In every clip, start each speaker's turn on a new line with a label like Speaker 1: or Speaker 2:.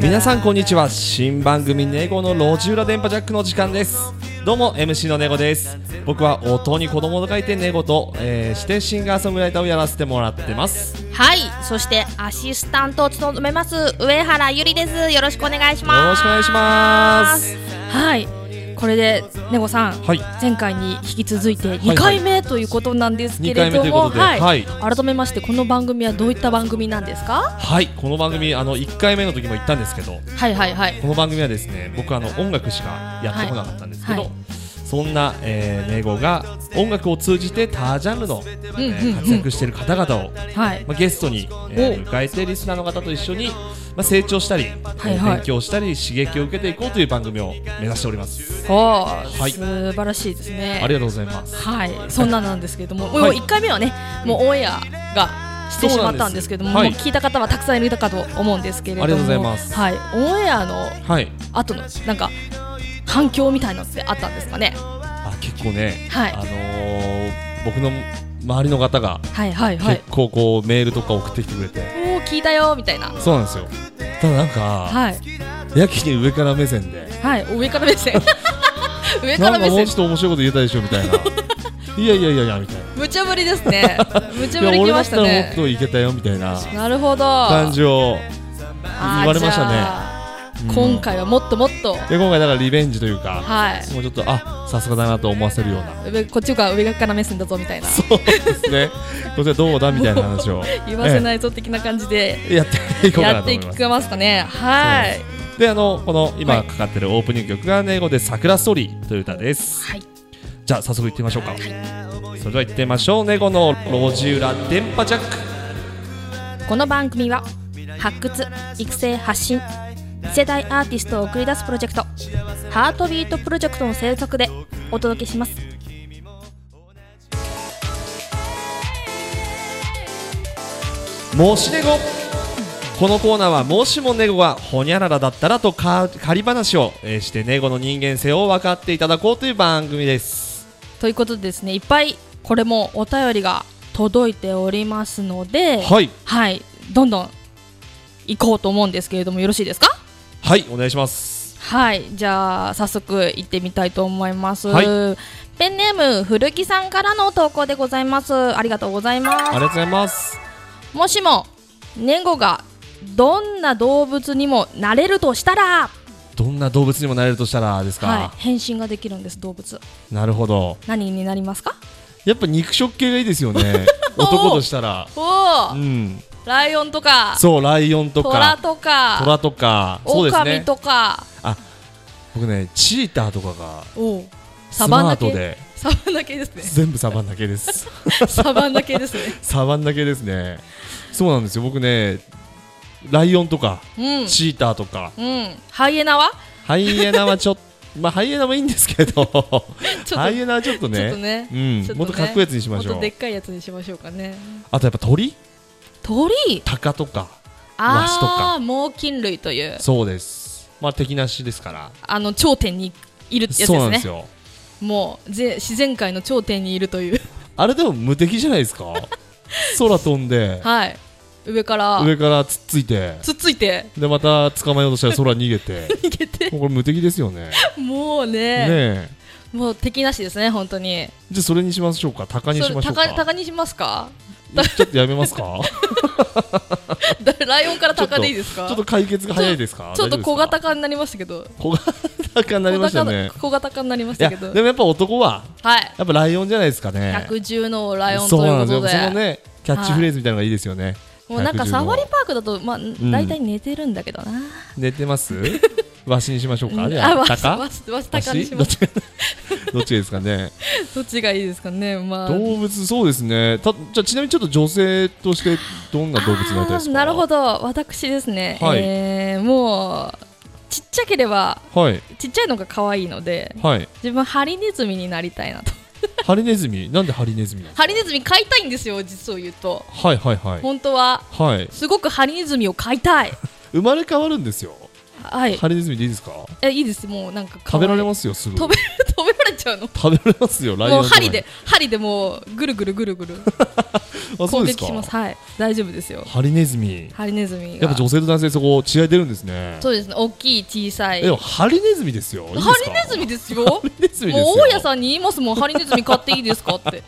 Speaker 1: 皆さんこんにちは新番組ネゴの路地裏電波ジャックの時間ですどうも MC のネゴです僕は音に子供と書いてネゴと、えー、してシンガーソングライターをやらせてもらってます
Speaker 2: はい、そしてアシスタントを務めます上原ゆりです。よろしくお願いし
Speaker 1: よろ
Speaker 2: ま
Speaker 1: し
Speaker 2: す。
Speaker 1: くお願いします
Speaker 3: はい。これでねごさん、
Speaker 1: はい
Speaker 3: 前回に引き続いて
Speaker 1: い
Speaker 3: 2回目ということなんですけ
Speaker 1: 2回
Speaker 3: れ
Speaker 1: 目
Speaker 3: ど
Speaker 1: という
Speaker 3: も、
Speaker 1: ことで、は、
Speaker 3: はいい
Speaker 1: はい、
Speaker 3: 改めましてこの番組はどういった番組なんですか？
Speaker 1: この番組あの1回目の時も言ったんですけど、
Speaker 3: はいはいはい。
Speaker 1: この番組はですね僕あの音楽しかやってこなかったんですけど、
Speaker 3: はいは
Speaker 1: そんな、えー、ネゴが音楽を通じて他ジャンルの、
Speaker 3: うん
Speaker 1: えー
Speaker 3: うんうん
Speaker 1: 活躍している方々を、
Speaker 3: はい。
Speaker 1: まあ、ゲストに、えー
Speaker 3: お
Speaker 1: 迎えてリスナーの方と一緒に、まあ、成長したり、
Speaker 3: はいはい
Speaker 1: えー勉強したり刺激を受けていこうという番組を目指しております。
Speaker 3: おー、
Speaker 1: はい
Speaker 3: 素晴らしいですね。
Speaker 1: ありがとうございます。
Speaker 3: はい、そんななんですけども、
Speaker 1: はい
Speaker 3: もう1回目はね、もうオンエアがしてしまったんですけども、
Speaker 1: そうなんで
Speaker 3: も
Speaker 1: す
Speaker 3: う聞いた方はたくさんいるかと思うんですけれども、
Speaker 1: ありがとうございます
Speaker 3: はい、オンエアの
Speaker 1: はい、
Speaker 3: 後のなんか反響みたいなのってあったんですかね。
Speaker 1: あ結構ね、
Speaker 3: はい
Speaker 1: あのー僕の周りの方が
Speaker 3: はいはいはい
Speaker 1: 結。構こう、メールとか送ってきてくれて、
Speaker 3: おお聞いたよみたいな。
Speaker 1: そうなんですよ。ただなんか、
Speaker 3: はい
Speaker 1: やけに上から目線で。
Speaker 3: はい上から目線。 上か
Speaker 1: な
Speaker 3: ら
Speaker 1: んか
Speaker 3: 目
Speaker 1: もう
Speaker 3: 線
Speaker 1: ちょ。っと面白いこと言えたでしょみ たいないやいやいやいやみたい
Speaker 3: 無茶ぶりです ね。無茶
Speaker 1: な
Speaker 3: ぶ
Speaker 1: いや
Speaker 3: り
Speaker 1: 俺
Speaker 3: き
Speaker 1: だ
Speaker 3: ま
Speaker 1: っ
Speaker 3: したた
Speaker 1: らもっ
Speaker 3: ね。
Speaker 1: といけたよみたいな
Speaker 3: なるほど。
Speaker 1: 感じを
Speaker 3: あー
Speaker 1: 言われましたね
Speaker 3: じゃあ
Speaker 1: うん
Speaker 3: 今回はもっともっと
Speaker 1: で今回だからリベンジというか
Speaker 3: はい。
Speaker 1: もうちょっとあさすがだなと思わせるような
Speaker 3: 上こっちが上から目線だぞみたいな
Speaker 1: そうですねこちらどうだみたいな話を
Speaker 3: 言わせ
Speaker 1: い、
Speaker 3: ないぞ的な感じで
Speaker 1: ええやっていこうか
Speaker 3: や
Speaker 1: な
Speaker 3: っ
Speaker 1: と
Speaker 3: てい
Speaker 1: 思い
Speaker 3: き
Speaker 1: ます
Speaker 3: ますかねはい
Speaker 1: であのこの
Speaker 3: は
Speaker 1: 今
Speaker 3: い
Speaker 1: かかってるオープニング曲が英語で「桜ストーリー」という歌です、
Speaker 3: はい
Speaker 1: じゃあ早速行ってみましょうか、それでは行ってみましょうネゴの路地裏電波ジャック
Speaker 2: この番組は発掘、育成、発信、次世代アーティストを送り出すプロジェクト、ハートビートプロジェクトの制作でお届けします。
Speaker 1: もしネゴこのコーナーはもしもネゴがほにゃららだったらとか仮話をえーしてネゴの人間性を分かっていただこうという番組です
Speaker 3: ということでですねいっぱいこれもお便りが届いておりますので
Speaker 1: はい
Speaker 3: はいどんどん行こうと思うんですけれどもよろしいですか
Speaker 1: はいお願いします
Speaker 3: はいじゃあ早速行ってみたいと思います、
Speaker 1: はい
Speaker 3: ペンネーム古木さんからの投稿でございますありがとうござい
Speaker 1: あり
Speaker 3: ま
Speaker 1: がとうございます
Speaker 3: すもしもネゴがどんな動物にもなれるとしたら
Speaker 1: どんな動物にもなれるとしたらですか、
Speaker 3: はい、変身ができるんです動物
Speaker 1: なるほど
Speaker 3: 何になりますか
Speaker 1: やっぱ肉食系がいいですよ ね男としたら
Speaker 3: お
Speaker 1: う
Speaker 3: お、
Speaker 1: ん
Speaker 3: ライオンとか
Speaker 1: そうライオンと
Speaker 3: 虎
Speaker 1: か
Speaker 3: とか
Speaker 1: 虎とかそうですね
Speaker 3: 狼とか
Speaker 1: 僕ねチーターとかが
Speaker 3: おう
Speaker 1: ス
Speaker 3: サ
Speaker 1: マ
Speaker 3: バン
Speaker 1: ー
Speaker 3: ナ
Speaker 1: ト
Speaker 3: 系
Speaker 1: で
Speaker 3: サバンナ系ですね
Speaker 1: 全部サバンナ系 です
Speaker 3: サバンナ系で すね
Speaker 1: サバンナ系ですね。そうなんですよ。僕ね、ライオンとか、
Speaker 3: うん
Speaker 1: チーターとか、
Speaker 3: うんハイエナは
Speaker 1: ハイエナはちょっと、 まあハイエナもいいんですけど、
Speaker 3: ちょっと
Speaker 1: ハイエナはちょっと
Speaker 3: ちょっ
Speaker 1: ね、
Speaker 3: とね
Speaker 1: うん、
Speaker 3: ちょっとね
Speaker 1: もっとかっこいいやつにし
Speaker 3: も
Speaker 1: ま
Speaker 3: っ
Speaker 1: しょ
Speaker 3: と
Speaker 1: う
Speaker 3: で。っかいやつにしましょうかね
Speaker 1: あとやっぱ鳥、
Speaker 3: 鳥
Speaker 1: タカとか、ワシと
Speaker 3: あ
Speaker 1: か
Speaker 3: あ猛禽類という
Speaker 1: そうです。まあ敵なしですから。
Speaker 3: あの頂点にいるってやつ
Speaker 1: そうなんで
Speaker 3: で
Speaker 1: すす
Speaker 3: ね
Speaker 1: よ。
Speaker 3: もうぜ自然界の頂点にいるという
Speaker 1: あれでも無敵じゃないですか。空飛んで、
Speaker 3: はい上から
Speaker 1: 上からつっついて、
Speaker 3: つっついて
Speaker 1: でまた捕まえようとしたら空逃げて、
Speaker 3: 逃げて
Speaker 1: もうこれ無敵ですよね。
Speaker 3: もうね
Speaker 1: ねえ。
Speaker 3: もう敵なしですね本当に
Speaker 1: じゃあそれにしましょうか。タカにしましょう
Speaker 3: それ
Speaker 1: か。
Speaker 3: 鷹鷹にしますか
Speaker 1: ちょっとやめます か。
Speaker 3: だライオンから
Speaker 1: ちょっと
Speaker 3: 鷹でいいですか
Speaker 1: ちょっと解決が早いですか。
Speaker 3: ちょっと
Speaker 1: 大丈
Speaker 3: 小
Speaker 1: 夫です
Speaker 3: 型
Speaker 1: か。
Speaker 3: 化になりましたけど
Speaker 1: 小型化になりましたね。
Speaker 3: 小型化になりまし
Speaker 1: いや、
Speaker 3: たけど
Speaker 1: でもやっぱ男は、
Speaker 3: はい
Speaker 1: やっぱライオンじゃないですかね。
Speaker 3: 百獣のライオン
Speaker 1: そう
Speaker 3: とい
Speaker 1: なんで
Speaker 3: う
Speaker 1: す
Speaker 3: こ
Speaker 1: よ。
Speaker 3: とで
Speaker 1: そのね、キャッチフレーズみたいなのがいいですよね。
Speaker 3: もうなんか
Speaker 1: 110
Speaker 3: サファリ
Speaker 1: の
Speaker 3: パークだとまあ大体寝てるんだけどな、
Speaker 1: 寝て ます。わしにしましょうか。じゃ
Speaker 3: わ
Speaker 1: あ、
Speaker 3: し
Speaker 1: タカ。
Speaker 3: わしわし
Speaker 1: わ
Speaker 3: 鷹に
Speaker 1: し
Speaker 3: し
Speaker 1: ど
Speaker 3: ま
Speaker 1: っ
Speaker 3: す
Speaker 1: ちが どっちがいいですか ね。
Speaker 3: どっちがいいですかねまあ
Speaker 1: 動物そうですね。たじゃあちなみにちょっと女性としてどんな動物になりたいですか。
Speaker 3: あーなるほ。ど私ですね、
Speaker 1: はい
Speaker 3: えーもうちっちゃければ
Speaker 1: はい
Speaker 3: ちっちゃいのが可愛いので
Speaker 1: はい。
Speaker 3: 自分ハリネズミになりたいなと
Speaker 1: ハリネズミなんでハリネズミなんです
Speaker 3: ハリネズミ飼いたいんですよ実を言うと
Speaker 1: か。はいはいはい
Speaker 3: 本当は
Speaker 1: はい。
Speaker 3: すごくハリネズミを飼いたい
Speaker 1: 生まれ変わるんですよ。
Speaker 3: はい
Speaker 1: ハリネズミでいいですか
Speaker 3: えいいですもうなんか可
Speaker 1: 食
Speaker 3: 愛い
Speaker 1: べられますよすぐ
Speaker 3: 食 べ食べられちゃうの
Speaker 1: 食べられますよライオン
Speaker 3: もう
Speaker 1: とかに
Speaker 3: 針で針でもうぐるぐるぐるぐる
Speaker 1: あ そ
Speaker 3: 攻
Speaker 1: うです
Speaker 3: 撃
Speaker 1: か
Speaker 3: しますはい大丈夫ですよ
Speaker 1: ハリネズミ
Speaker 3: ハリネズミ
Speaker 1: や
Speaker 3: が
Speaker 1: っぱ女性と男性そこ違い出るんですね
Speaker 3: そうですね大きい小さい
Speaker 1: でもハリネズミですよいいですか
Speaker 3: ハリネズミですよ
Speaker 1: ハリネズミですよ
Speaker 3: もう大家さんに言いますもんハリネズミ買っていいですかって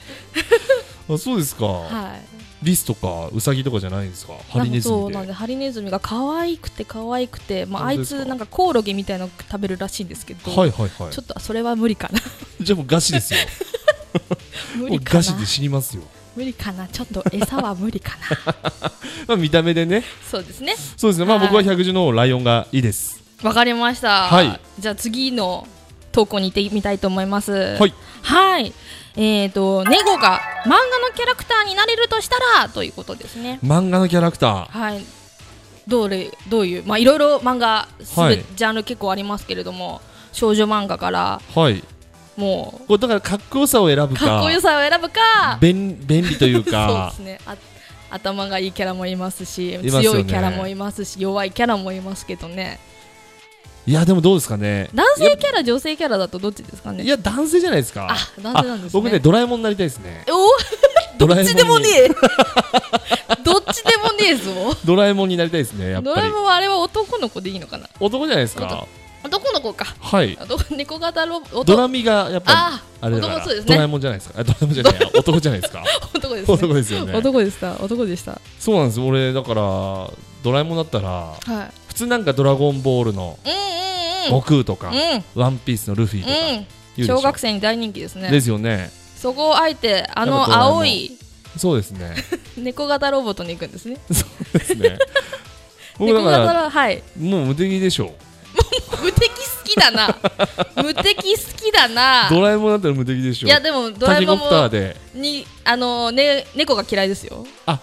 Speaker 1: あそうですか、
Speaker 3: はい
Speaker 1: リスとかウサギとかじゃないんですかハリネズ
Speaker 3: なんかそ
Speaker 1: ミ
Speaker 3: う
Speaker 1: で
Speaker 3: なんでハリネズミが可愛くて可愛くて、まあ、あ
Speaker 1: 本当で
Speaker 3: い
Speaker 1: すか
Speaker 3: つなんかコオロギみたいなの食べるらしいんですけど、
Speaker 1: はいはいは
Speaker 3: ちょっとそれは無 理かな
Speaker 1: いじゃあもうガチですよ
Speaker 3: 無
Speaker 1: もう
Speaker 3: 理か
Speaker 1: ガ
Speaker 3: な
Speaker 1: チで死にますよ
Speaker 3: 無理かなちょっと餌は無理か な
Speaker 1: まあ見た目でね
Speaker 3: そうですね
Speaker 1: そうですねまあ
Speaker 3: はい
Speaker 1: 僕は百獣の王ライオンがいいです
Speaker 3: わかりました、
Speaker 1: はい
Speaker 3: じゃあ次の投稿に行ってみたいと思います
Speaker 1: はい
Speaker 3: はいえー、とネゴが漫画のキャラクターになれるとしたらということですね
Speaker 1: 漫画のキャラクタ
Speaker 3: はいどれどういうまあいろいろ漫画すべ、
Speaker 1: はい
Speaker 3: ジャンル結構ありますけれども少女漫画から
Speaker 1: ーはい
Speaker 3: もう
Speaker 1: これだからかっこよさを選ぶか
Speaker 3: かっこよさを選ぶか
Speaker 1: 便便利というか
Speaker 3: そうですねあ頭がいいキャラもいますし
Speaker 1: ますよね
Speaker 3: 強いキャラもいますし弱いキャラもいますけどね
Speaker 1: いやでもどうですかね
Speaker 3: 男性キャラ女性キャラだとどっちですか
Speaker 1: い
Speaker 3: ね
Speaker 1: や男性じゃないですか
Speaker 3: あ男性なんですね
Speaker 1: あ僕ねドラえもんになりたいですね
Speaker 3: お
Speaker 1: ド
Speaker 3: ど
Speaker 1: ラえ
Speaker 3: っ
Speaker 1: もん
Speaker 3: ち
Speaker 1: に
Speaker 3: でもねえどっちでもねえぞ
Speaker 1: ドラえもんになりたいですねやっ
Speaker 3: ド
Speaker 1: ぱ
Speaker 3: ラえ
Speaker 1: り
Speaker 3: もんはあれは男の子でいいのかな
Speaker 1: 男じゃないですか
Speaker 3: 男の子か
Speaker 1: はい
Speaker 3: 男猫型ロボ
Speaker 1: ド
Speaker 3: 男
Speaker 1: ラミがやっぱ
Speaker 3: あ
Speaker 1: りあれだか
Speaker 3: 男そうで
Speaker 1: ら
Speaker 3: すね
Speaker 1: ドラえもんじゃないですかあドラえもんじゃない や男じゃないですか
Speaker 3: 男ですね
Speaker 1: 男ですよね
Speaker 3: 男でした男でした
Speaker 1: そうなんです俺だからドラえもんだったら
Speaker 3: はい
Speaker 1: 普通なんかドラゴンボールの
Speaker 3: うん
Speaker 1: 悟空とか
Speaker 3: うんうん
Speaker 1: ワンピースのルフィとか
Speaker 3: うんう
Speaker 1: 言
Speaker 3: ん
Speaker 1: うでしょ
Speaker 3: 小学生に大人気です
Speaker 1: で
Speaker 3: ね
Speaker 1: すよね
Speaker 3: そこをあえてあ
Speaker 1: やっぱ
Speaker 3: の
Speaker 1: ドラえもん
Speaker 3: 青い
Speaker 1: そうですね
Speaker 3: 猫型ロボットに行くんですね
Speaker 1: そうです ね僕
Speaker 3: 猫
Speaker 1: だか
Speaker 3: 型
Speaker 1: ら
Speaker 3: ははい
Speaker 1: もう無敵でしょ
Speaker 3: 無敵好きだ な無敵好きだな
Speaker 1: ドラえもんだったら無敵でしょ
Speaker 3: いやでもド
Speaker 1: タ
Speaker 3: ラえ
Speaker 1: ケ
Speaker 3: も
Speaker 1: コプ
Speaker 3: ん
Speaker 1: ター
Speaker 3: も
Speaker 1: で
Speaker 3: にあのね猫が嫌いですよ
Speaker 1: あ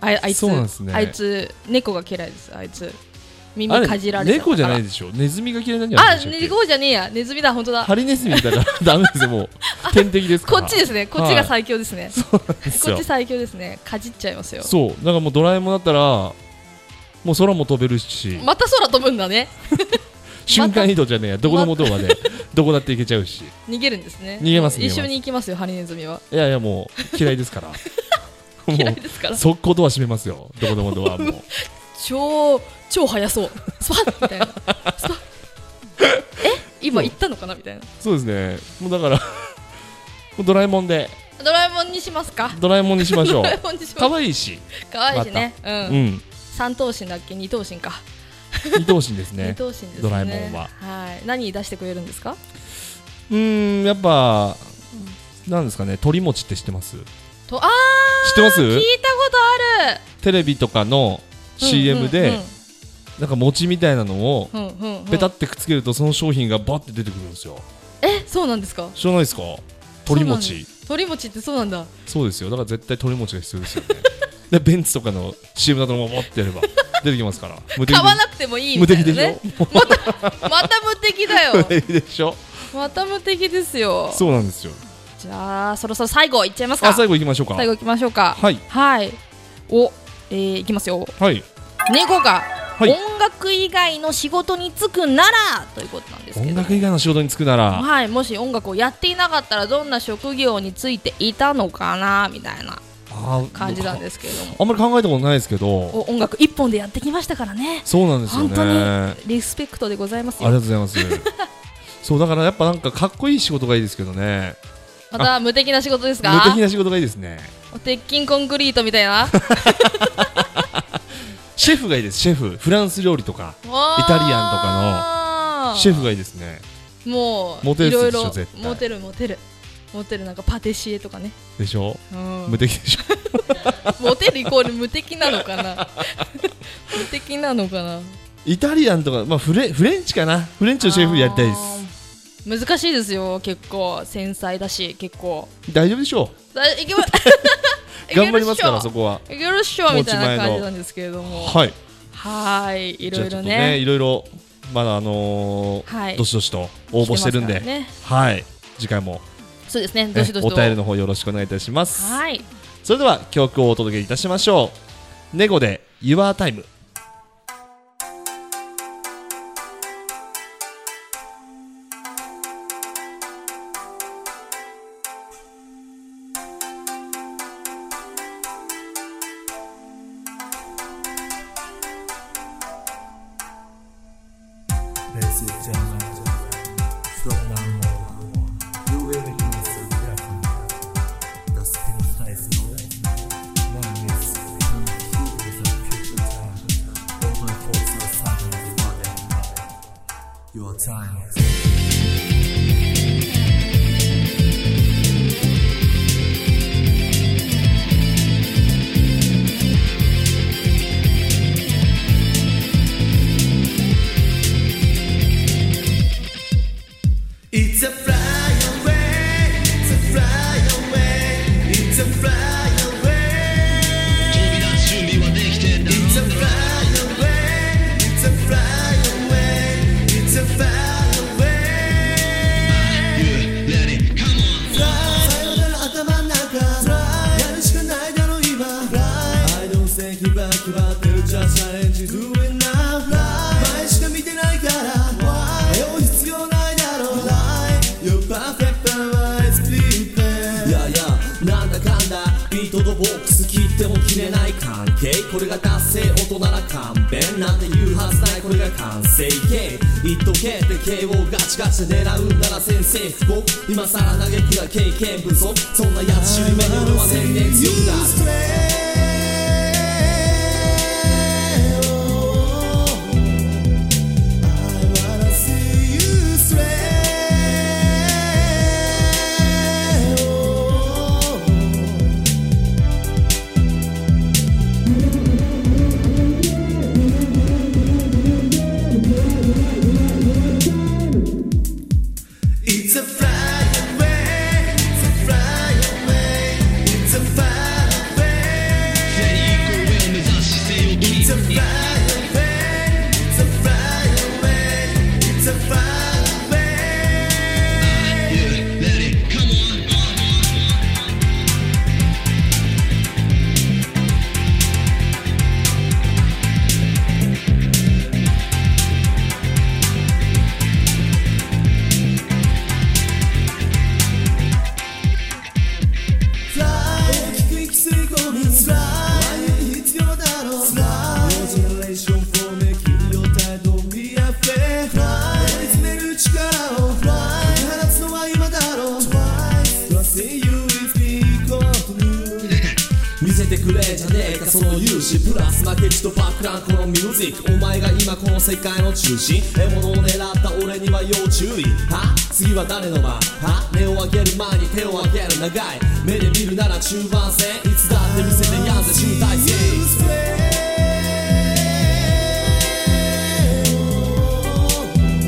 Speaker 3: ああいつ
Speaker 1: そうなんですね
Speaker 3: あいつ猫が嫌いですあいつ耳
Speaker 1: あれ
Speaker 3: かじられちゃう
Speaker 1: 猫じゃない
Speaker 3: だ
Speaker 1: でしょネズミが嫌いなんじゃ
Speaker 3: か
Speaker 1: な
Speaker 3: ら
Speaker 1: い
Speaker 3: あ
Speaker 1: でしょ
Speaker 3: 猫じゃねえやネズミだ本当だ
Speaker 1: ハリネズミだから ダメですよも う天敵ですか
Speaker 3: こ
Speaker 1: ら
Speaker 3: っちですねこっちが最強ですね、
Speaker 1: そうなん です
Speaker 3: こっ
Speaker 1: よ
Speaker 3: ち最強ですねかじっちゃいますよ
Speaker 1: そうだからもうドラえもんだったらもう空も飛べるし
Speaker 3: また空飛ぶんだね
Speaker 1: 瞬間移動じゃねえやどこでもどうかで どこだって行けちゃうし
Speaker 3: 逃げるんですね
Speaker 1: 逃げます逃げます
Speaker 3: 一緒に行きますよハリネズミはい
Speaker 1: やいやもう嫌いですから
Speaker 3: 嫌
Speaker 1: も
Speaker 3: いですから
Speaker 1: う速攻ドア閉めますよどこでもドアもう
Speaker 3: 超超速そうスパッみたいなスパ ッえ今行ったのかなみたいな
Speaker 1: そうですねもうだからもうドラえもんで
Speaker 3: ドラえもんにしますか
Speaker 1: ドラえもんにしましょ
Speaker 3: ド
Speaker 1: う
Speaker 3: ラえもんにします
Speaker 1: 可愛いし
Speaker 3: かわいいしね、
Speaker 1: う
Speaker 3: うん
Speaker 1: ん
Speaker 3: 三等身だっけ二等身か、
Speaker 1: 二等身です
Speaker 3: 二
Speaker 1: ね
Speaker 3: 等身ですね
Speaker 1: ドラえもんはい
Speaker 3: 何出してくれるんですか
Speaker 1: うーんやっぱなんですかね鳥餅って知ってます知っ
Speaker 3: とあ
Speaker 1: てます
Speaker 3: ー聞いたことある
Speaker 1: テレビとかの CM で、なんか餅みたいなのを
Speaker 3: うんうんうんうんうん
Speaker 1: ペタってくっつけるとその商品がバッて出てくるんですよ
Speaker 3: えそうなんですか
Speaker 1: 知らないですか鳥餅
Speaker 3: 鳥餅ってそうなんだ
Speaker 1: そうですよだから絶対鳥餅が必要ですよね でベンツとかの CM なども持ってやれば 出てきますから無敵
Speaker 3: 買わ
Speaker 1: で
Speaker 3: なくてもいい
Speaker 1: 無
Speaker 3: みたい
Speaker 1: 敵
Speaker 3: な
Speaker 1: でし
Speaker 3: ね
Speaker 1: ょも
Speaker 3: また無敵だ
Speaker 1: う無
Speaker 3: よ
Speaker 1: 敵 でしょ
Speaker 3: また無敵ですよ
Speaker 1: そうなんですよ
Speaker 3: じゃあそろそろ最後いっちゃいますか
Speaker 1: あ最後いきましょうか
Speaker 3: 最後いきましょうか
Speaker 1: はい
Speaker 3: はいおえー、いきますよ
Speaker 1: はい
Speaker 3: 猫が
Speaker 1: い
Speaker 3: 音楽以外の仕事に就くならということなんですけど
Speaker 1: 音楽以外の仕事に就くなら
Speaker 3: はい、もし音楽をやっていなかったらどんな職業についていたのかなみたいな
Speaker 1: あー
Speaker 3: 感じなんですけれども
Speaker 1: あんまり考えたことないですけど
Speaker 3: お音楽一本でやってきましたからね
Speaker 1: そうなんですよ
Speaker 3: 本
Speaker 1: ね
Speaker 3: 当
Speaker 1: あ
Speaker 3: にリスペクトでございます
Speaker 1: りがと
Speaker 3: よ
Speaker 1: うございます そうだからやっぱなんかかっこいい仕事がいいですけどね
Speaker 3: また無敵な仕事ですか
Speaker 1: 無敵な仕事がいいですね
Speaker 3: お鉄筋コンクリートみたいなイ
Speaker 1: シェフがいいですシェフフランス料理とかタリアンと
Speaker 3: か
Speaker 1: シェフがいいですね
Speaker 3: フもう
Speaker 1: モテる
Speaker 3: いろい
Speaker 1: でしょ
Speaker 3: ろ
Speaker 1: 絶対
Speaker 3: モテるモテるモテるなんかパティシエとかね、
Speaker 1: でしょ
Speaker 3: うん
Speaker 1: 無敵でしょ
Speaker 3: モテるイコール無敵なのか な無敵なのかな
Speaker 1: イタリアンとか、まあ、フレフレンチかなフレンチのシェフやりたいです
Speaker 3: あー難しいですよ結構繊細だし結構
Speaker 1: 大丈夫でしょ
Speaker 3: だ いけま
Speaker 1: う頑張りますからそ
Speaker 3: こ
Speaker 1: こはい
Speaker 3: けるっしょ
Speaker 1: 持
Speaker 3: み
Speaker 1: ち前
Speaker 3: た
Speaker 1: の
Speaker 3: いな感じなんですけれども
Speaker 1: はい
Speaker 3: はーいい
Speaker 1: じゃあちょ
Speaker 3: ろいろ
Speaker 1: っとね
Speaker 3: ね
Speaker 1: いろいろまだあのー
Speaker 3: はい
Speaker 1: どしどしと応募してるんで、
Speaker 3: 来てます
Speaker 1: はい次回も、
Speaker 3: そうですね
Speaker 1: ね
Speaker 3: どしどし
Speaker 1: お
Speaker 3: と
Speaker 1: 便りの方よろしくお願いいたします
Speaker 3: はい
Speaker 1: それでは曲をお届けいたしましょうネゴで YourTime
Speaker 4: is different from now on. You will be so different. Das Fenster ist neu. One is come through with a future time. All my thoughts are suddenly modern. Your time is. やるしかないだろ今 I don't think back about the just challenge doing now 前しか見てないから迷う必要ないだろ Your perfect power is sleeping いやいやなんだかんだビートとボックス切っても切れない関係これが達成音なら勘弁なんて言うはずないこれが完成形言っとけって KO ガチガチで狙うんなら先生不幸今さら嘆きが経験不足そんなやつ知り目に俺は全然強くなる It's a fly away, it's a fly away, it's a fly away. It's a fly away, it's a fly away, it's a fly away. Fly 大きく息吸い込み Fly 前に必要だろ Fly Your generation for making your title be a fair Fly 追い詰める力を Fly 放つのは今だろ Twice Trusting you is be equal to you 見せてくれじゃねえかその勇姿プラス負けじとバックランこのミュージックお前が今この世界の中心獲物を狙った俺には要注意は次は誰の番は根を上げる前に手を上げる長い目で見るなら中盤戦いつだって見せてやんぜ集大成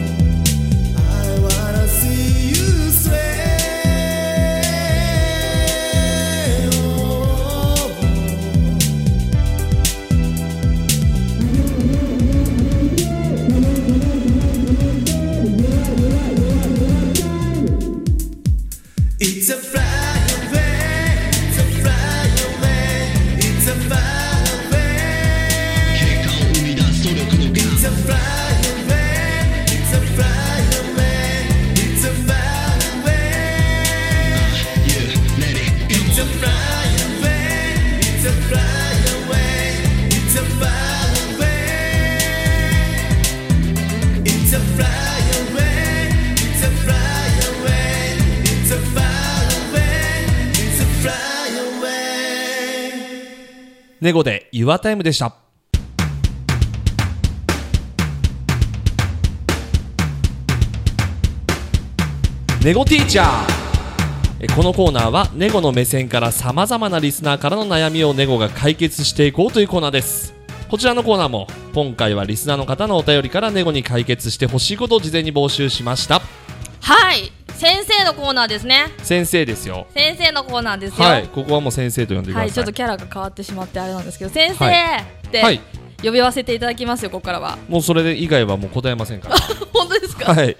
Speaker 4: I wanna see you sway. It's a fly away, it's a fly away, it's a fly away. It's a fly away, it's a fly away, it's a fly away. It's a fly away, it's a fly away, it's a fly away. It's a fly away, it's a fly away, it's a fly away, it's a fly away.
Speaker 1: ネゴで Your Time でした。ネゴティーチャーえこのコーナーはネゴの目線からさまざまなリスナーからの悩みをネゴが解決していこうというコーナーですこちらのコーナーも今回はリスナーの方のお便りからネゴに解決してほしいことを事前に募集しました
Speaker 2: はい先生のコーナーですね
Speaker 1: 先生ですよ
Speaker 2: 先生のコーナーですよ
Speaker 1: はいここはもう先生と呼んでくだ
Speaker 2: は
Speaker 1: さい、
Speaker 2: いちょっとキャラが変わってしまってあれなんですけど先
Speaker 1: は
Speaker 2: 生って
Speaker 1: はい
Speaker 2: 呼び合わせていただきますよここ からは
Speaker 1: もうそれで以外はもう答えませんから
Speaker 2: 本当ですか
Speaker 1: はい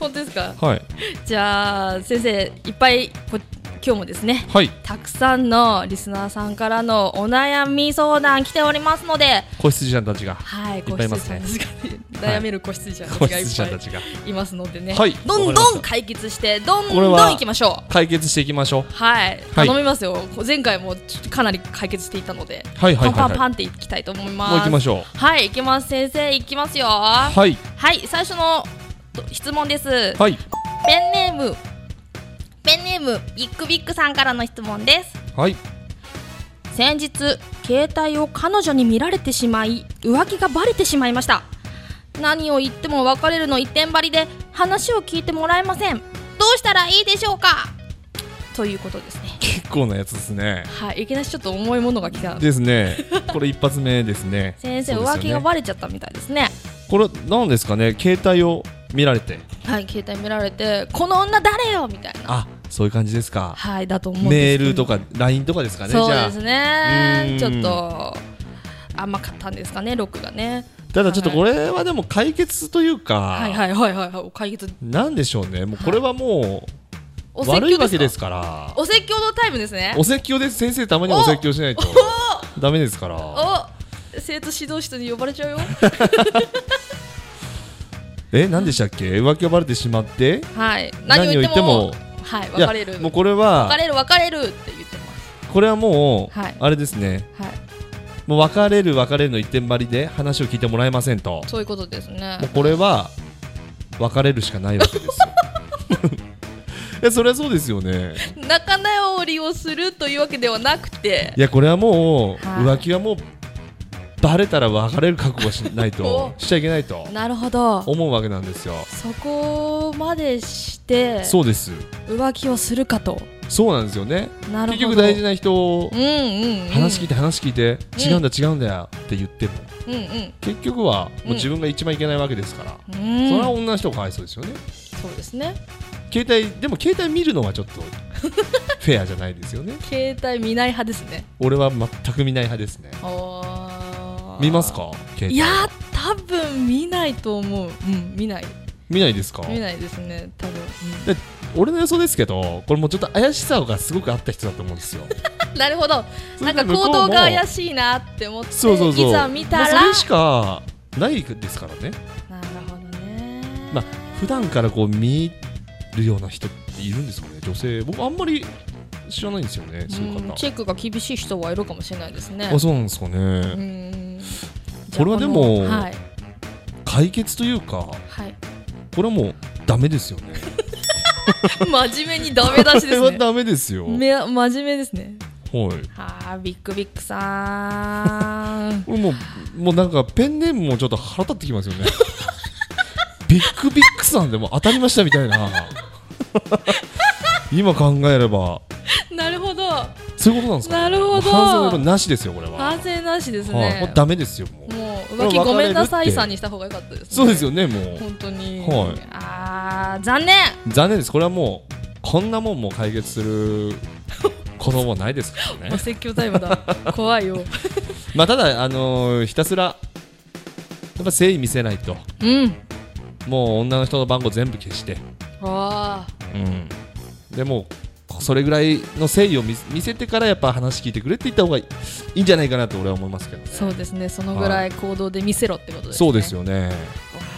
Speaker 2: 本当ですか
Speaker 1: はい
Speaker 2: じゃあ先生いっぱいこ
Speaker 3: 今日もですね
Speaker 1: はい
Speaker 3: たくさんのリスナーさんからのお悩み相談来ておりますので
Speaker 1: 子羊ちゃんたちが
Speaker 3: はい
Speaker 1: いっぱいいますね
Speaker 5: 子羊さんたちが悩める子羊ちゃんた
Speaker 1: 子
Speaker 5: ちがい
Speaker 1: 羊ちゃんた
Speaker 5: っ
Speaker 1: ちが
Speaker 5: ぱいいますのでね、
Speaker 1: はい
Speaker 3: ど
Speaker 1: わ
Speaker 3: ん
Speaker 1: かり
Speaker 3: ど
Speaker 1: ま
Speaker 3: ん
Speaker 1: した
Speaker 3: 解決してどん
Speaker 1: これ
Speaker 3: どん
Speaker 1: は
Speaker 3: 行きましょ
Speaker 1: 解決していきましょう
Speaker 3: うはい
Speaker 1: はい
Speaker 3: 頼みますよ、前回もちょっとかなり解決していったので、
Speaker 1: はいはい
Speaker 3: パン
Speaker 1: はい
Speaker 3: パンパ
Speaker 1: は
Speaker 3: ンっていきたいと思い
Speaker 1: い
Speaker 3: ます
Speaker 1: もう行きましょう
Speaker 3: はい行きます先生行きますよは
Speaker 1: はい
Speaker 3: い最初のと質問です、
Speaker 1: はい
Speaker 3: ペンネームペンネームビッグビッグさんからの質問です
Speaker 1: はい
Speaker 3: 先日携帯を彼女に見られてしまい浮気がバレてしまいました何を言っても別れるの一点張りで話を聞いてもらえませんどうしたらいいでしょうかということですね
Speaker 1: 結構なやつですね
Speaker 5: はい、いきなりちょっと重いものが来た
Speaker 1: ですねこれ一発目ですね
Speaker 3: 先生、
Speaker 1: そうですよね
Speaker 3: 浮気がバレちゃったみたいですね
Speaker 1: これなんですかね携帯を見られて
Speaker 3: はい携帯見られてこの女誰よみたいな
Speaker 1: あそういう感じですか
Speaker 3: はいだと思うん
Speaker 1: メ
Speaker 3: です
Speaker 1: ー
Speaker 3: けど
Speaker 1: ルとか LINE とかですかねじ
Speaker 3: そう
Speaker 1: ゃ
Speaker 3: で
Speaker 1: あ
Speaker 3: す
Speaker 1: う
Speaker 3: ね
Speaker 1: ん
Speaker 3: ちょっと甘かったんですかねロックがね
Speaker 1: ただちょっとこれはでも解決という
Speaker 5: はい
Speaker 1: か
Speaker 5: はいはいはいはい解決
Speaker 1: なんでしょうねもうこれはも
Speaker 3: お
Speaker 1: う
Speaker 3: 説
Speaker 1: 悪い
Speaker 3: 教
Speaker 1: わ
Speaker 3: です
Speaker 1: け
Speaker 3: か
Speaker 1: ですから
Speaker 3: お説教のタイムですね
Speaker 1: お説教です先生たまにお説教しないとダメですから
Speaker 3: お生徒指導室に呼ばれ ちゃうよ
Speaker 1: え何でしたっけ浮気がバレてしまって
Speaker 3: はい
Speaker 1: 何
Speaker 3: 何
Speaker 1: を
Speaker 3: を
Speaker 1: 言
Speaker 3: 言
Speaker 1: っ
Speaker 3: ってて
Speaker 1: も
Speaker 3: もはい
Speaker 1: いや
Speaker 3: 別れる
Speaker 1: もうこれ
Speaker 3: 別
Speaker 1: は
Speaker 3: れる別れるって言ってます
Speaker 1: これはもう
Speaker 3: はい
Speaker 1: あれですね
Speaker 3: はい
Speaker 1: もう別れる別れるの一点張りで話を聞いてもらえませんと
Speaker 3: そういうことですね
Speaker 1: もうこれは別れるしかないわけ ですよえそれはそうですよね
Speaker 3: 仲直りをするというわけではなくて
Speaker 1: いやこれはもう
Speaker 3: はい
Speaker 1: 浮気はもうバレたら別れる覚悟はしないとしちゃいけないと
Speaker 3: なるほど
Speaker 1: 思うわけなんですよ
Speaker 3: そこまでして
Speaker 1: そうです
Speaker 3: 浮気をするかと
Speaker 1: そうなんですよね
Speaker 3: なる
Speaker 1: 結
Speaker 3: ほど
Speaker 1: 局大事な人を
Speaker 3: うんうん、うん、
Speaker 1: 話聞いて話聞いて
Speaker 3: うん
Speaker 1: 違うんだ違うんだよって言っても
Speaker 3: うんうん
Speaker 1: 結局はもううん自分が一番いけないわけですから
Speaker 3: うん
Speaker 1: それは女の人がかわいそうですよね
Speaker 3: そうですね
Speaker 1: 携帯でも携帯見るのはちょっ とフェアじゃないですよね
Speaker 3: 携帯見ない派ですね
Speaker 1: 俺は全く見ない派ですね
Speaker 3: あー
Speaker 1: 見ますか携帯
Speaker 5: いや多分見ないと思ううん見ない
Speaker 1: 見ないですか
Speaker 5: 見ないですね多分、
Speaker 1: 俺の予想ですけどこれもうちょっと怪しさがすごくあった人だと思うんですよ
Speaker 3: なるほど
Speaker 1: そ
Speaker 3: な
Speaker 1: れ
Speaker 3: ん
Speaker 1: で向
Speaker 3: か
Speaker 1: こ
Speaker 3: 行
Speaker 1: うも
Speaker 3: 動が怪しいなって思って
Speaker 1: そうそうそう
Speaker 3: いざ見た
Speaker 1: まあ
Speaker 3: ら、
Speaker 1: それしかないですからね
Speaker 3: なるほどね
Speaker 1: まあ普段からこう見るような人っているんですかね女性僕あんまり知らないんですよねそうい
Speaker 5: う
Speaker 1: う
Speaker 5: ん
Speaker 1: 方
Speaker 5: チェックが厳しい人はいるかもしれないですね
Speaker 1: あそうなんですかね、
Speaker 5: うん
Speaker 1: これはでも
Speaker 5: じゃあこのはい
Speaker 1: 解決というか
Speaker 5: はい
Speaker 1: これはもうダメですよね
Speaker 5: 真面目にダメ出し
Speaker 1: こ
Speaker 5: で す
Speaker 1: れは
Speaker 5: ね
Speaker 1: ダメですよはい
Speaker 5: め真面目ですね
Speaker 1: こ
Speaker 3: はあビッグビッグさん
Speaker 1: れもうもうなんかペンネームもちょっと腹立ってきますよ ねビッグビッグさんでも当たりましたみたいな今考えれば
Speaker 5: なるほど
Speaker 1: そういうことなんですか、
Speaker 5: なるほど
Speaker 1: 反省のことなしですよこれは
Speaker 5: 反省なしです
Speaker 1: はい、も
Speaker 5: ね
Speaker 1: うダメですよもう
Speaker 5: もう浮気ごめんなさいさんにした方が良かったですね
Speaker 1: そうですよねもう
Speaker 5: 本当に
Speaker 1: はい
Speaker 3: あー残念
Speaker 1: 残念ですこれはもうこんなもんもう解決することもないですから
Speaker 5: お
Speaker 1: ね
Speaker 5: 説教タイムだ怖 いよ
Speaker 1: まあただあのーひたすらやっぱ誠意見せないと
Speaker 5: うん
Speaker 1: もう女の人の番号全部消して
Speaker 5: わあ
Speaker 1: うんでもうそれぐらいの誠意を見見せてからやっぱ話聞いてくれって言った方がいいいいんじゃないかなと俺は思いますけどね
Speaker 5: そうですねそのぐらい行動で見せろってことですね
Speaker 1: そうです
Speaker 5: よ
Speaker 1: よね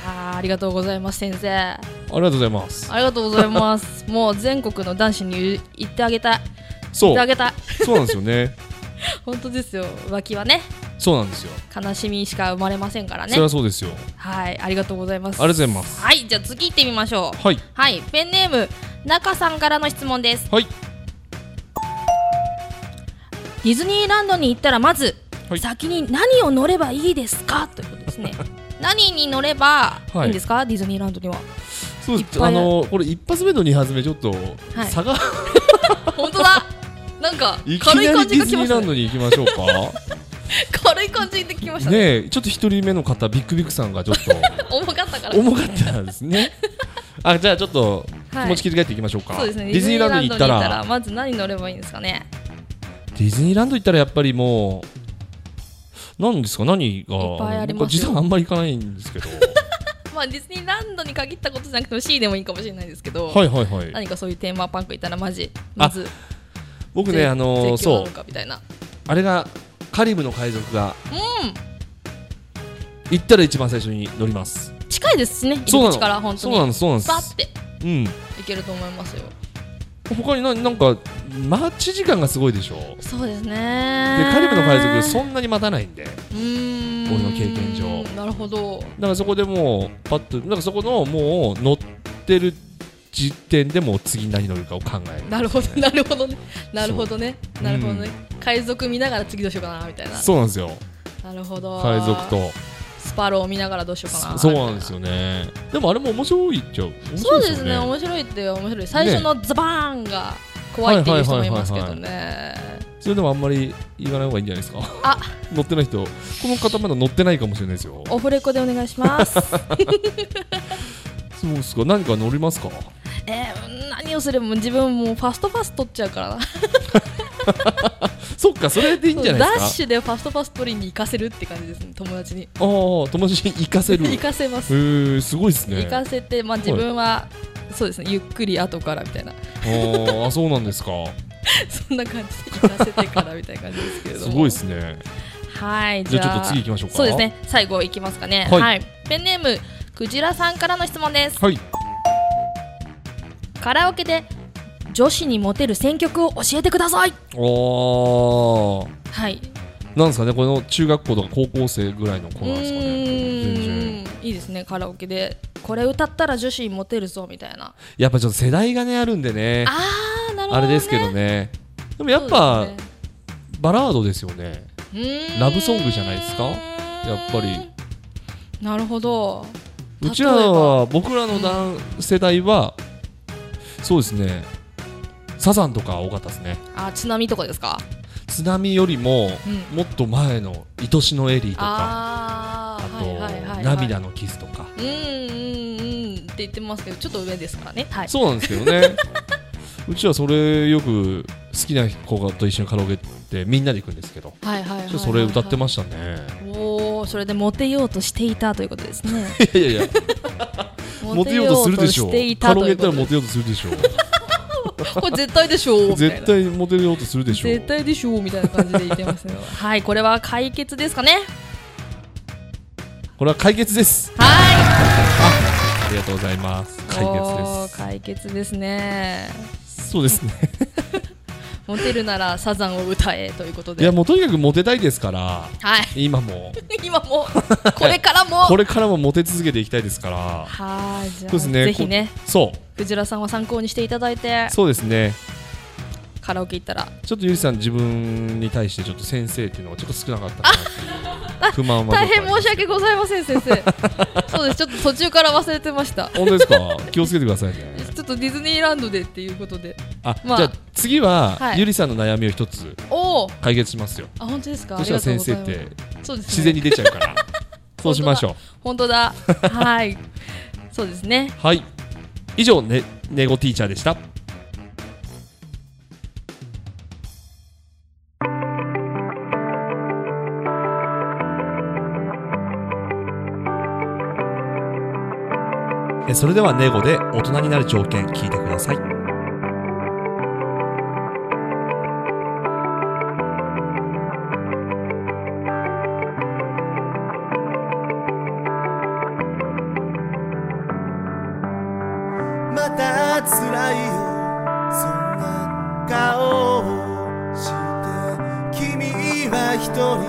Speaker 5: わあありがとうございます先生あ
Speaker 1: ありがとうございます
Speaker 5: りがとうございます もう全国の男子に言う言ってあげたい言
Speaker 1: そ
Speaker 5: ってあ
Speaker 1: う
Speaker 5: げたい
Speaker 1: そうなんですよね
Speaker 5: 本当ですよ浮気はね
Speaker 1: そうなんですよ
Speaker 5: 悲しみしか生まれませんからね
Speaker 1: それはそうですよ
Speaker 5: はいありがとうございます
Speaker 1: ありがとうございます
Speaker 3: はいじゃあ次行ってみましょう
Speaker 1: はい
Speaker 3: はいペンネーム中さんからの質問です
Speaker 1: はい
Speaker 3: ディズニーランドに行ったらまず、
Speaker 1: はい
Speaker 3: 先に何を乗ればいいですかということ ですね何に乗ればいいんですか、ディズニーランド には
Speaker 1: そう
Speaker 3: いっ
Speaker 1: です
Speaker 3: ぱい
Speaker 1: あ
Speaker 3: ある
Speaker 1: のこれ一発目と二発目ちょっと
Speaker 3: い
Speaker 1: 差が、
Speaker 3: 本当だなんか
Speaker 1: い、きな
Speaker 3: 軽
Speaker 1: り
Speaker 3: い
Speaker 1: デ
Speaker 3: 感じ
Speaker 1: ィ
Speaker 3: が
Speaker 1: ズニ
Speaker 3: きま
Speaker 1: ー
Speaker 3: し
Speaker 1: ラ
Speaker 3: た
Speaker 1: ン
Speaker 3: ね
Speaker 1: ドに行きましょう か
Speaker 3: 軽い感じできましたね
Speaker 1: ねえちょっと一人目の方ビックビックさんがちょっと
Speaker 3: 重かったから
Speaker 1: 重かったですねあじゃあちょっと気
Speaker 3: はい
Speaker 1: 持ち切り替えていきましょうか、
Speaker 3: そうです
Speaker 1: デ
Speaker 3: ね
Speaker 1: ィズニーランドに行った
Speaker 3: ディズニーラ
Speaker 1: ら
Speaker 3: ンドに行まず何乗ればいいんですかね
Speaker 1: ディズニーランド行ったらやっぱりもう何ですか何が
Speaker 3: いっぱいあり
Speaker 1: 僕は
Speaker 3: ますよ
Speaker 1: 実はあんまり行かないんですけど
Speaker 3: ま
Speaker 2: まあディズニーランドに限ったことじゃなくても C でもいいかもしれないですけど、
Speaker 1: はいはいはい。
Speaker 2: 何かそういうテーマパーク行ったらマジ
Speaker 1: あ
Speaker 2: まず
Speaker 1: 僕
Speaker 2: ぜ
Speaker 1: ね、あのー
Speaker 2: 絶叫
Speaker 1: そ
Speaker 2: な
Speaker 1: う
Speaker 2: の、かみたいな
Speaker 1: あれが、カリブの海賊が、行ったら一番最初に乗ります。
Speaker 2: 近いですしね
Speaker 1: そ
Speaker 2: 入り
Speaker 1: うなの
Speaker 2: 口から本当
Speaker 1: そうなん
Speaker 2: に
Speaker 1: です、そうなん
Speaker 2: バ
Speaker 1: です
Speaker 2: ッ。て
Speaker 1: うん。
Speaker 2: 行けると思いますよ
Speaker 1: 他にななんか、待ち時間がすごいでしょ。で、
Speaker 2: そうですねで
Speaker 1: カリブの海賊、
Speaker 2: う
Speaker 1: そんなに待たないんで。
Speaker 2: ーん
Speaker 1: 俺の経験上
Speaker 2: なるほど
Speaker 1: だからそこでもうパッとだからそこのもう乗ってる時点でもう次何乗るかを考える
Speaker 3: なるほど、なるほどね。なるほどね。なるほどね。海賊見ながら次どうしようかなみたいな。
Speaker 1: そうなんですよ
Speaker 3: なるほど。
Speaker 1: 海賊。と
Speaker 3: スパローを見ながらどうしようかな。
Speaker 1: そうなんですよねでもあれも面白いっちゃ面
Speaker 3: そ
Speaker 1: 白
Speaker 3: う
Speaker 1: い
Speaker 3: ですね、面白いって面白い。最初のザバーンが怖いっていう人もいますけど
Speaker 1: はい
Speaker 3: ね。
Speaker 1: それでもあんまり行かない方がいいんじゃないですか
Speaker 3: あ
Speaker 1: 乗ってない人この方まだ乗ってないかもしれないですよ
Speaker 2: オフレコでお願いします
Speaker 1: そうですか何か乗りますか
Speaker 2: えー、何をすれば自分もうファストパス取っちゃうからな
Speaker 1: そっかそれでいいんじゃない
Speaker 3: ダ
Speaker 1: で
Speaker 3: ッ
Speaker 1: すか
Speaker 3: シュでファストパス取りに行かせるって感じですね、友達に。
Speaker 1: ああー友達に行かせる
Speaker 3: 行かせます。
Speaker 1: へーすごいですね
Speaker 3: 行かせて、まあ自分は、そうですね、ゆっくり後からみたいな。
Speaker 1: あーあそうなんですか
Speaker 3: そんな感じで行かせてからみたいな感じですけれども。
Speaker 1: すごいですね
Speaker 2: はい
Speaker 1: じ
Speaker 2: じゃ
Speaker 1: ゃ
Speaker 2: あ
Speaker 1: あちょっと次行きましょうか
Speaker 2: そうですね最後いきますかね
Speaker 1: は
Speaker 2: はいい、ペンネームクジラさんからの質問です
Speaker 1: はい
Speaker 2: カラオケで女子にモテる選曲を教えてください
Speaker 1: ああ
Speaker 2: はい
Speaker 1: なんですかね、この中学校とか高校生ぐらいの子
Speaker 2: う
Speaker 1: なんですかね。全
Speaker 2: ー
Speaker 1: 然
Speaker 2: んいいですねカラオケでこれ歌ったら女子にモテるぞみたいな
Speaker 1: やっぱちょっと世代がね、あるんでね。あ,、
Speaker 2: あーなるほど、ね、
Speaker 1: れですけどね。でもやっぱ、バラードですよね。
Speaker 2: そうですね、
Speaker 1: ラブソングじゃないですか。やっぱり。
Speaker 2: りなるほど
Speaker 1: うちらは、僕らの男、世代は、そうですね、サザンとか多かったですね。
Speaker 2: あ津波とかですか
Speaker 1: 津波よりも、
Speaker 3: う
Speaker 1: もっと前の、愛しのエリーとか、
Speaker 3: あ
Speaker 1: あ
Speaker 3: ー
Speaker 1: と、
Speaker 3: はいはいはいはい、
Speaker 1: 涙のキスとか。
Speaker 3: うんうんうんって言ってますけどちょっと上ですからねはい
Speaker 1: そうなんですけど ねうちはそれよく好きな子がと一緒にカラオケってみんなで行くんですけど
Speaker 3: はいはいはいはい
Speaker 1: ちょっとそれ歌ってましたね
Speaker 2: おおそれでモテようとしていたということですね
Speaker 1: いやいやいや モテようとするでしょ
Speaker 2: モテようとしてい
Speaker 1: カ
Speaker 2: た
Speaker 1: ラオ
Speaker 2: と
Speaker 1: ケ
Speaker 2: いう
Speaker 1: 行っ
Speaker 2: こと
Speaker 1: たら
Speaker 2: で
Speaker 1: モテようとするでしょ
Speaker 3: これ絶対でしょうみたいな
Speaker 1: 絶対モテようとするでしょ
Speaker 3: 絶対でしょうみたいな感じで言ってます よ
Speaker 2: はいこれは解決ですかね
Speaker 1: これは解決です
Speaker 2: はい
Speaker 1: ありがとうございます解
Speaker 2: おー
Speaker 1: 決
Speaker 2: 解決ですね
Speaker 1: ですそうですね
Speaker 3: モテるならサザンを歌えということ
Speaker 1: い
Speaker 3: で
Speaker 1: やもうとにかくモテたいですから
Speaker 3: はい
Speaker 1: 今も
Speaker 3: 今も これからも
Speaker 1: これからもモテ続けていきたいですから
Speaker 2: はいじゃあ
Speaker 1: そうですね
Speaker 2: ぜひね
Speaker 1: こそ
Speaker 2: クジラさんを参考にしていただいて
Speaker 1: うそうですね
Speaker 2: カラオケ行ったら
Speaker 1: ちょっとゆりさん自分に対してちょっと先生っていうのがちょっと少なかったかなっていう不満は
Speaker 3: 大変申し
Speaker 1: 訳
Speaker 3: 訳ございませ ん先生そうですちょっと途中から忘れてました
Speaker 1: 本当ですか気をつけてくださいね
Speaker 3: ちょっとディズニーランドでっていうことで
Speaker 1: あ、
Speaker 3: まあ
Speaker 1: じゃあ次は、
Speaker 3: はい
Speaker 1: ゆりさんの悩みを一つ
Speaker 3: おお
Speaker 1: 解決しますよ
Speaker 3: あ本当ですか
Speaker 1: そしたら先生っ
Speaker 3: ありがとうござい
Speaker 1: て
Speaker 3: ますそうです、ね、
Speaker 1: 自然に出ちゃうから そうしましょう
Speaker 3: 本 当だはいそうですね
Speaker 1: はい以上ねネゴティーチャーでしたえそれではネゴで大人になる条件聞いてください
Speaker 4: また辛いよそんな顔をして君は一人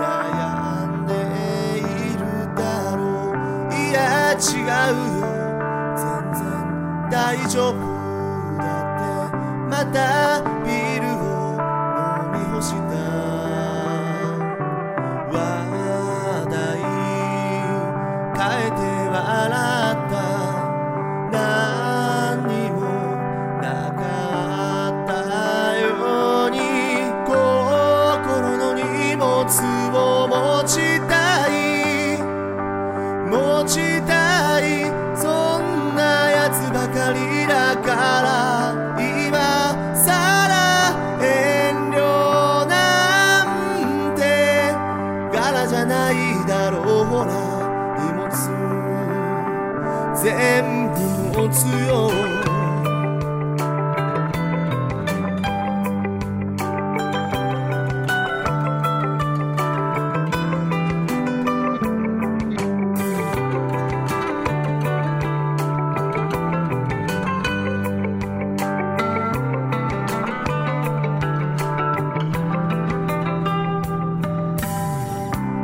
Speaker 4: 悩んでいるだろういや違うよ全然大丈夫だってまたビールを飲み干した話題変えて笑った何にもなかったように心の荷物を持ちたい持ちたいそんなやつばかりだから今さら遠慮なんて柄じゃないだろうほら荷物
Speaker 6: 全部持つよ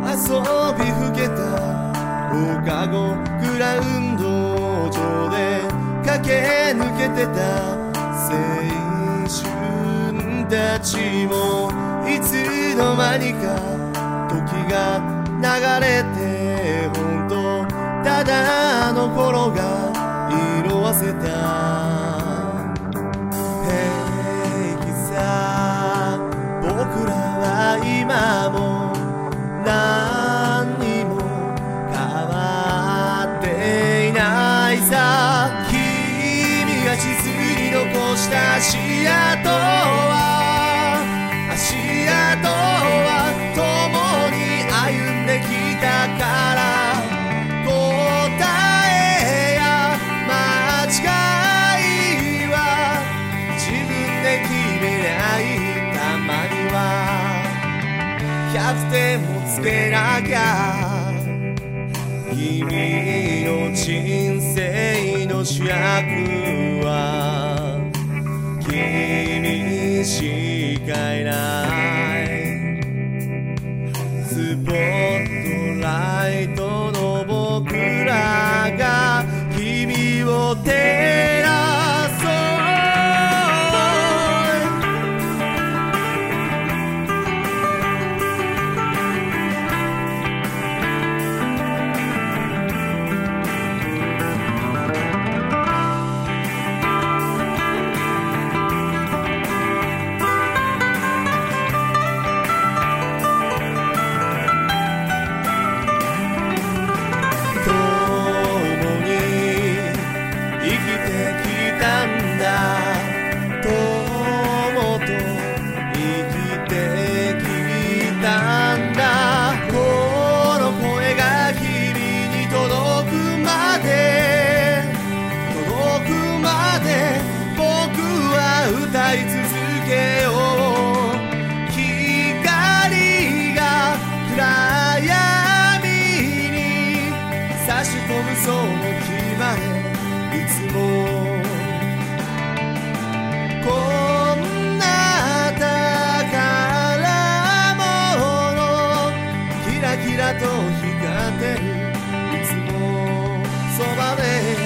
Speaker 6: 遊びふけた放課後グラウンド上で駆け抜けてた青春たちもいつの間にか時が流れて本当ただあの頃が色あせた平気さ僕らは今も何にも変わっていないさ君が地図に残した足跡は足跡は共に歩んできたから答えや間違いは自分で決めないたまにはキャプテンもつけなきゃ君の人生の主役は君しかいないスポットライトの僕らが君を照らそう共に生きてきたんだ友と生きてきたんだこの声が君に届くまで届くまで僕は歌い続けよう光が暗闇に差し込むその日までいつもこんな宝物キラキラと光ってるいつもそばで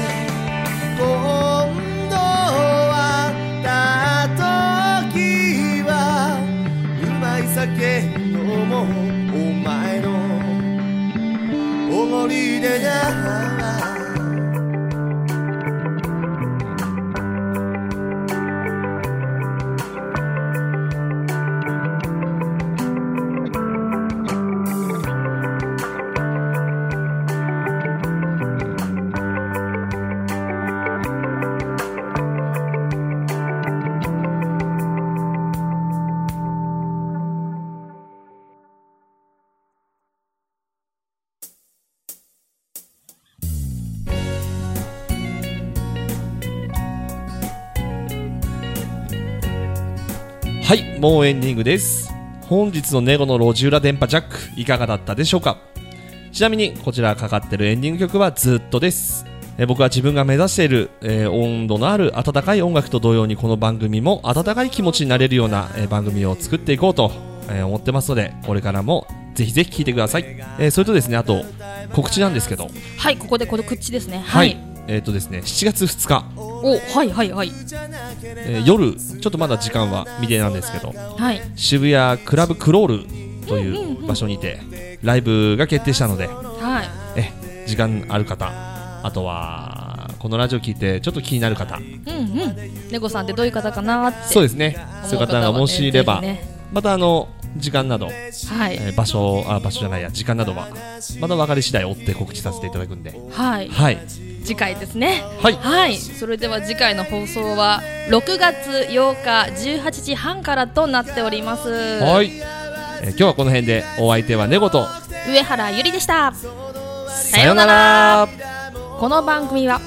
Speaker 6: 今度はた時はうまい酒飲もうお前のおごりでな
Speaker 1: はい、もうエンディングです。本日のネゴの路地裏電波ジャック、いかがだったでしょうかちなみに、こちらかかってるエンディング曲はずっとです。えー僕は自分が目指している、えー温度のある温かい音楽と同様にこの番組も温かい気持ちになれるような、えー番組を作っていこうと、えー思ってますので、これからもぜひぜひ聴いてください。えーそれとですね、あと告知なんですけど、
Speaker 3: はいここでこの口ですねはい、
Speaker 1: えっ、とですね、7月2日、
Speaker 3: おはいはいはい
Speaker 1: えー夜、ちょっとまだ時間は未定なんですけど、
Speaker 3: はい
Speaker 1: 渋谷クラブクロールという場所にてライブが決定したので
Speaker 3: はい
Speaker 1: え時間ある方あとはこのラジオ聞いてちょっと気になる方
Speaker 3: うんうん猫さんってどういう方かなって
Speaker 1: そうですねそういう方がもしいれば、
Speaker 3: 思う方はねぜ
Speaker 1: またあの時間など、
Speaker 3: ひねはい
Speaker 1: えー場所あ場所じゃないや時間などはまだ分かり次第追って告知させていただくんで
Speaker 3: はい
Speaker 1: はい
Speaker 3: 次回ですね
Speaker 1: はい
Speaker 3: はいそれでは次回の放送は6月8日18時半からとなっております
Speaker 1: はい、えー今日はこの辺でお相手はネゴと
Speaker 3: 上原ゆりでした
Speaker 1: さよなら
Speaker 6: あ
Speaker 3: この番組は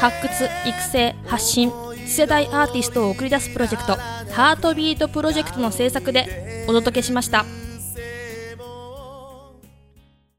Speaker 3: 発掘育成発信次世代アーティストを送り出すプロジェクト「ハートビートプロジェクト」の制作でお届けしました。